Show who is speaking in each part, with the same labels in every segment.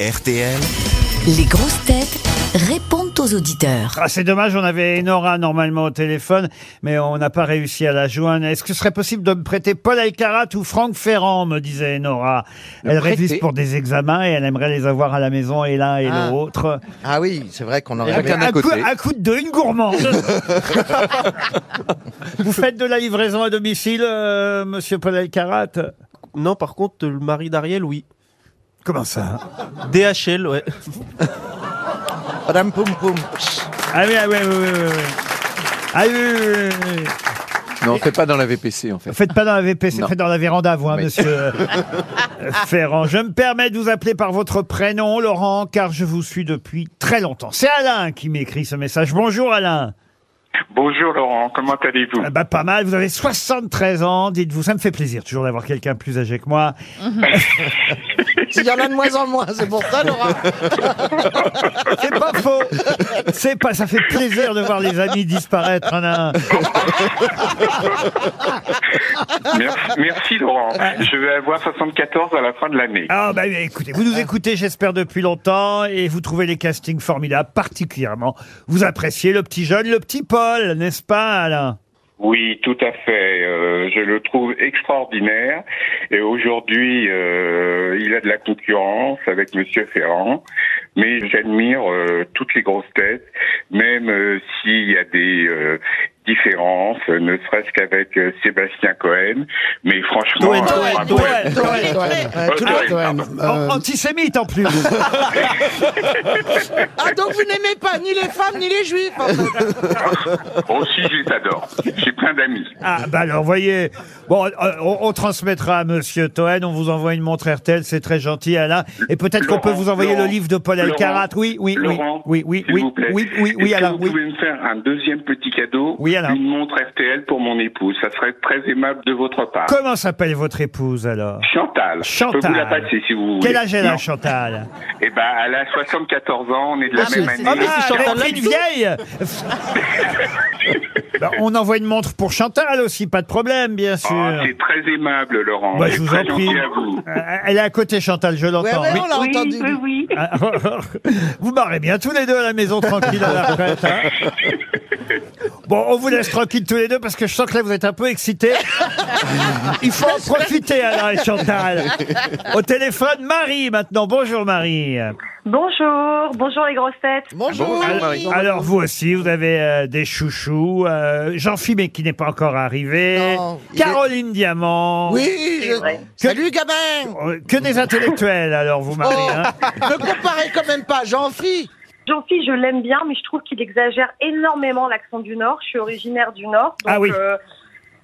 Speaker 1: RTL.
Speaker 2: Les grosses têtes répondent aux auditeurs.
Speaker 3: Ah, c'est dommage, on avait Enora normalement au téléphone, mais on n'a pas réussi à la joindre. Est-ce que ce serait possible de me prêter Paul Alcarat ou Franck Ferrand, me disait Enora. Elle
Speaker 4: prêter.
Speaker 3: révise pour des examens et elle aimerait les avoir à la maison et l'un et
Speaker 4: Ah.
Speaker 3: l'autre.
Speaker 4: Ah oui, c'est vrai qu'on aurait
Speaker 3: Avec
Speaker 4: aimé-
Speaker 3: un coup, à coup de deux, une gourmande. Vous faites de la livraison à domicile, euh, monsieur Paul Alcarat
Speaker 5: Non, par contre, le mari d'Ariel, oui.
Speaker 3: Comment ça
Speaker 5: DHL, ouais.
Speaker 4: Madame Poum Poum.
Speaker 3: Ah oui, ah oui, oui, oui, oui, oui. Ah oui, oui, oui, oui, oui.
Speaker 6: Non, c'est pas dans la VPC en fait.
Speaker 3: Faites pas dans la VPC,
Speaker 6: Non.
Speaker 3: faites dans la véranda, vous, hein,
Speaker 6: Oui.
Speaker 3: monsieur Ferrand. Je me permets de vous appeler par votre prénom, Laurent, car je vous suis depuis très longtemps. C'est Alain qui m'écrit ce message. Bonjour Alain.
Speaker 7: Bonjour Laurent, comment allez-vous
Speaker 3: Ah bah, pas mal, vous avez 73 ans, dites-vous, ça me fait plaisir toujours d'avoir quelqu'un plus âgé que moi.
Speaker 4: S'il y en a de moins en moins, c'est pour ça, Laura.
Speaker 3: C'est pas faux. C'est pas, ça fait plaisir de voir les amis disparaître hein, un à un.
Speaker 7: merci, merci Laurent. Je vais avoir 74 à la fin de l'année.
Speaker 3: Ah bah écoutez, vous nous écoutez, j'espère depuis longtemps, et vous trouvez les castings formidables, particulièrement. Vous appréciez le petit jeune, le petit Paul, n'est-ce pas, Alain?
Speaker 7: Oui, tout à fait. euh, je le trouve extraordinaire. Et aujourd'hui, euh, il a de la concurrence avec Monsieur Ferrand. Mais j'admire euh, toutes les grosses têtes, même euh, s'il y a des euh, différences, euh, ne serait-ce qu'avec euh, Sébastien Cohen. Mais franchement,
Speaker 3: Cohen,
Speaker 7: euh,
Speaker 3: Cohen,
Speaker 7: bravo.
Speaker 3: Cohen.
Speaker 4: Tourelle, tourelle.
Speaker 7: Euh,
Speaker 4: Tourelle,
Speaker 7: Tourelle,
Speaker 4: tourelle.
Speaker 3: An-
Speaker 4: Euh,
Speaker 3: Antisémite en plus.
Speaker 4: Ah, donc vous n'aimez pas ni les femmes ni les juifs, Ah en fait.
Speaker 7: aussi, je les adore. J'ai plein d'amis.
Speaker 3: ah bah alors voyez. Bon, euh, on, on transmettra à Monsieur Toen. On vous envoie une montre RTL. C'est très gentil, Alain. Et peut-être qu'on peut
Speaker 7: Laurent,
Speaker 3: vous envoyer le
Speaker 7: Laurent,
Speaker 3: livre de Paul
Speaker 7: Laurent,
Speaker 3: Alcarat. Oui, oui, oui,
Speaker 7: Laurent,
Speaker 3: oui, oui,
Speaker 7: s'il
Speaker 3: oui,
Speaker 7: vous plaît.
Speaker 3: oui, oui, oui,
Speaker 7: Est-ce que
Speaker 3: Alain.
Speaker 7: Vous
Speaker 3: Oui.
Speaker 7: pouvez me faire un deuxième petit cadeau
Speaker 3: Oui, Alain.
Speaker 7: Une montre RTL pour mon épouse. Ça serait très aimable de votre part.
Speaker 3: Comment s'appelle votre épouse alors
Speaker 7: Chantal. Je peux vous la
Speaker 3: Chantal.
Speaker 7: passer si vous voulez.
Speaker 3: Quel âge elle a,
Speaker 7: Non.
Speaker 3: Chantal
Speaker 7: Eh ben, elle a 74 ans, on est de la même année.
Speaker 3: Ah, elle a pris une vieille Ben, On envoie une montre pour Chantal aussi, pas de problème, bien sûr.
Speaker 7: Oh, c'est très aimable, Laurent.
Speaker 3: Bah,
Speaker 7: C'est
Speaker 3: je vous
Speaker 7: très
Speaker 3: en prie.
Speaker 7: gentil à vous.
Speaker 3: Euh, Elle est à côté, Chantal, je
Speaker 4: Ouais,
Speaker 3: l'entends.
Speaker 4: ouais, bah,
Speaker 3: Oui.
Speaker 4: on l'a entendu.
Speaker 3: Ah, vous marrez bien tous les deux à la maison tranquille à la retraite. hein. bon, on vous laisse tranquille tous les deux parce que je sens que là vous êtes un peu excités. Il faut en profiter Alain et Chantal. Au téléphone, Marie maintenant. Bonjour Marie.
Speaker 8: Bonjour, bonjour les grosses têtes.
Speaker 4: Bonjour. Marie.
Speaker 6: Bonjour, Marie.
Speaker 3: Alors vous aussi, vous avez euh, des chouchous. Euh, Jean Fimé qui n'est pas encore arrivé.
Speaker 4: Non, il est-
Speaker 3: Caroline Diamant.
Speaker 4: Oui, je...
Speaker 8: vrai.
Speaker 4: Salut, gamin.
Speaker 3: Euh, Que des intellectuels alors vous Marie.
Speaker 4: Oh,
Speaker 3: hein.
Speaker 4: ne comparez quand même pas, jean phi
Speaker 8: Jean-Philippe, je l'aime bien, mais je trouve qu'il exagère énormément l'accent du Nord. Je suis originaire du Nord. donc,
Speaker 3: Ah oui.
Speaker 8: euh,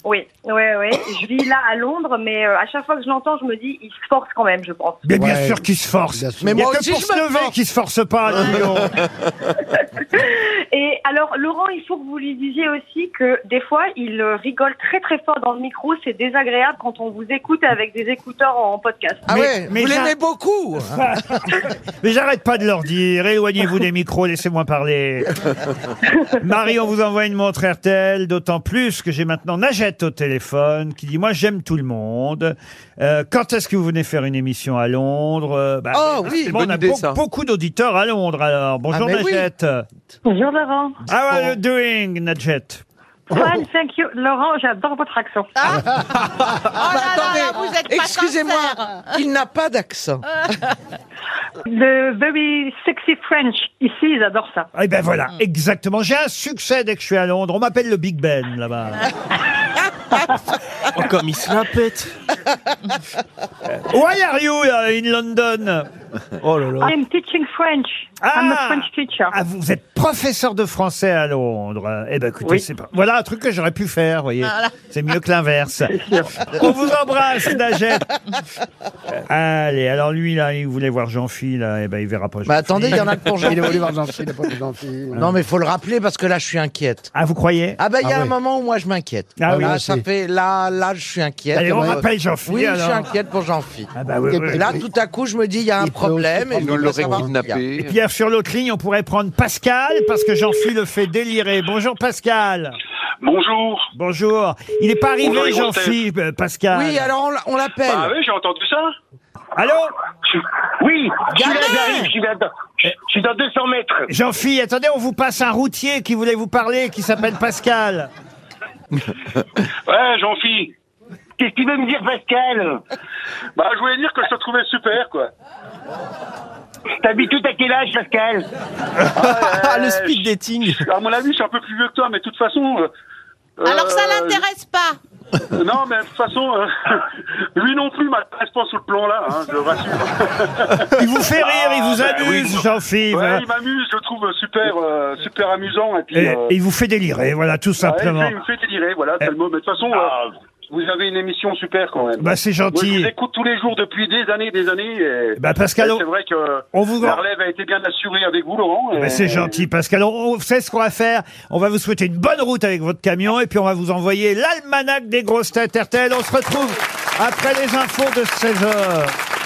Speaker 8: oui, oui, oui. Je vis là à Londres, mais euh, à chaque fois que je l'entends, je me dis, il se force quand même, je pense.
Speaker 3: Mais bien
Speaker 4: Ouais.
Speaker 3: sûr qu'ils se forcent.
Speaker 4: Bien sûr.
Speaker 3: Mais
Speaker 4: Mais
Speaker 3: moi
Speaker 4: moi
Speaker 3: que
Speaker 4: aussi,
Speaker 3: pour
Speaker 4: je
Speaker 3: se
Speaker 4: me
Speaker 3: lever
Speaker 4: force.
Speaker 3: qu'ils se forcent pas. dis donc.
Speaker 8: Et alors, Laurent, il faut que vous lui disiez aussi que des fois, il euh, rigole très très fort dans le micro. C'est désagréable quand on vous écoute avec des écouteurs en podcast.
Speaker 4: Ah
Speaker 3: Mais-
Speaker 4: ouais,
Speaker 3: mais
Speaker 4: vous
Speaker 3: ça-
Speaker 4: l'aimez beaucoup. Ah
Speaker 3: Mais j'arrête pas de leur dire, éloignez-vous des micros, laissez-moi parler. Marie, on vous envoie une montre RTL, d'autant plus que j'ai maintenant Najette au téléphone qui dit, moi j'aime tout le monde. Euh, quand est-ce que vous venez faire une émission à Londres Euh, bah,
Speaker 4: Oh, oui,
Speaker 3: forcément, on
Speaker 6: bonne
Speaker 3: a
Speaker 6: idée,
Speaker 3: beau-
Speaker 6: ça.
Speaker 3: beaucoup d'auditeurs à Londres alors. Bonjour
Speaker 4: Ah, mais oui.
Speaker 3: Najette.
Speaker 8: Bonjour Laurent.
Speaker 3: How are you doing, Najette
Speaker 8: Fine, thank you. Laurent, j'adore votre accent.
Speaker 4: Ah, bah, attendez, excusez-moi, il n'a pas d'accent.
Speaker 8: The very sexy French. Ici, ils adorent ça.
Speaker 3: Eh ben
Speaker 4: Mm.
Speaker 3: voilà, exactement. J'ai un succès dès que je suis à Londres. On m'appelle le Big Ben là-bas.
Speaker 5: Oh, comme il se la pète.
Speaker 3: Why are you uh, in London
Speaker 5: Oh là là.
Speaker 8: I'm teaching French. I'm
Speaker 3: Ah.
Speaker 8: a French teacher.
Speaker 3: Ah, vous êtes professeur de français à Londres. Euh, Eh ben, écoutez,
Speaker 8: Oui.
Speaker 3: c'est pas... voilà un truc que j'aurais pu faire, vous voyez. C'est mieux que l'inverse. On vous embrasse, Najette. Euh, Allez, alors lui, là, il voulait voir Jean-Phi, là. Eh ben, il verra pas
Speaker 4: Bah
Speaker 3: Jean-Phi.
Speaker 4: attendez, il y en a que pour jean
Speaker 9: Il est voulu voir Jean-Phil, il est pas venu Jean-Phil.
Speaker 4: Non, mais faut le rappeler parce que là, je suis inquiète.
Speaker 3: Ah, vous croyez
Speaker 4: Ah bah, il y a
Speaker 9: Ah
Speaker 4: un
Speaker 9: ouais.
Speaker 4: moment où moi, je m'inquiète.
Speaker 3: Ah oui,
Speaker 4: là,
Speaker 9: aussi.
Speaker 4: ça fait, là, là, je suis inquiète.
Speaker 3: Allez, on
Speaker 4: Ouais.
Speaker 3: rappelle Jean-Phi,
Speaker 4: Oui, je suis
Speaker 3: alors.
Speaker 4: inquiète pour Jean-Phi.
Speaker 3: Ah bah oui, oui, oui.
Speaker 4: Et là, tout à coup, je me dis, il y a un
Speaker 9: Il peut
Speaker 4: problème.
Speaker 9: aussi
Speaker 4: et je
Speaker 9: prendre
Speaker 6: On
Speaker 4: voudrais
Speaker 6: l'aurait
Speaker 4: savoir ce qu'il y a.
Speaker 3: Et
Speaker 6: kidnappé.
Speaker 3: puis, alors, sur l'autre ligne, on pourrait prendre Pascal, parce que Jean-Phi le fait délirer. Bonjour, Pascal.
Speaker 7: Bonjour.
Speaker 3: Bonjour. Il n'est pas
Speaker 7: Bonjour,
Speaker 3: arrivé,
Speaker 7: les grosses
Speaker 3: Jean-Phi, euh, Pascal.
Speaker 7: Bah
Speaker 4: Oui, alors on l'a- on l'appelle.
Speaker 7: oui, j'ai Ah, entendu ça.
Speaker 3: Allô
Speaker 1: Oui, je suis là,
Speaker 3: Gardez
Speaker 1: j'arrive, je suis là, dans- je je suis dans 200 mètres.
Speaker 3: Jean-Fille, attendez, on vous passe un routier qui voulait vous parler, qui s'appelle Pascal.
Speaker 1: Ouais, jean philippe Qu'est-ce qu'il veut me dire, Pascal Bah, je voulais dire que je te trouvais super, quoi. T'habites tout à quel âge, Pascal
Speaker 5: Ah, le speed dating.
Speaker 1: À mon avis, je suis un peu plus vieux que toi, mais de toute façon. euh,
Speaker 4: Alors ça
Speaker 1: euh,
Speaker 4: l'intéresse pas.
Speaker 1: Non, mais de toute façon, euh, lui non plus m'intéresse pas sur le plan-là, hein, je le rassure.
Speaker 3: Il vous fait rire, il vous
Speaker 1: Ah, ben
Speaker 3: amuse,
Speaker 1: oui.
Speaker 3: Jean-Philippe.
Speaker 1: Ouais, il m'amuse, je le trouve super, euh, super amusant. Et puis,
Speaker 3: Et-
Speaker 1: euh,
Speaker 3: et il vous fait délirer, voilà, tout
Speaker 1: ouais, il,
Speaker 3: simplement.
Speaker 1: fait, il me fait délirer, voilà, c'est le mot. Mais de toute façon, euh, vous avez une émission super quand même.
Speaker 3: Bah, c'est gentil.
Speaker 1: euh, Moi, je vous écoute tous les jours depuis des années, des années. et-
Speaker 3: Bah, Pascal,
Speaker 1: et
Speaker 3: on-
Speaker 1: c'est vrai que
Speaker 3: on vous-
Speaker 1: la relève a été bien assurée avec vous, Laurent.
Speaker 3: Ben,
Speaker 1: et-
Speaker 3: c'est gentil, Pascal. On, on sait ce qu'on va faire. On va vous souhaiter une bonne route avec votre camion et puis on va vous envoyer l'almanach des grosses têtes RTL. On se retrouve après les infos de 16h.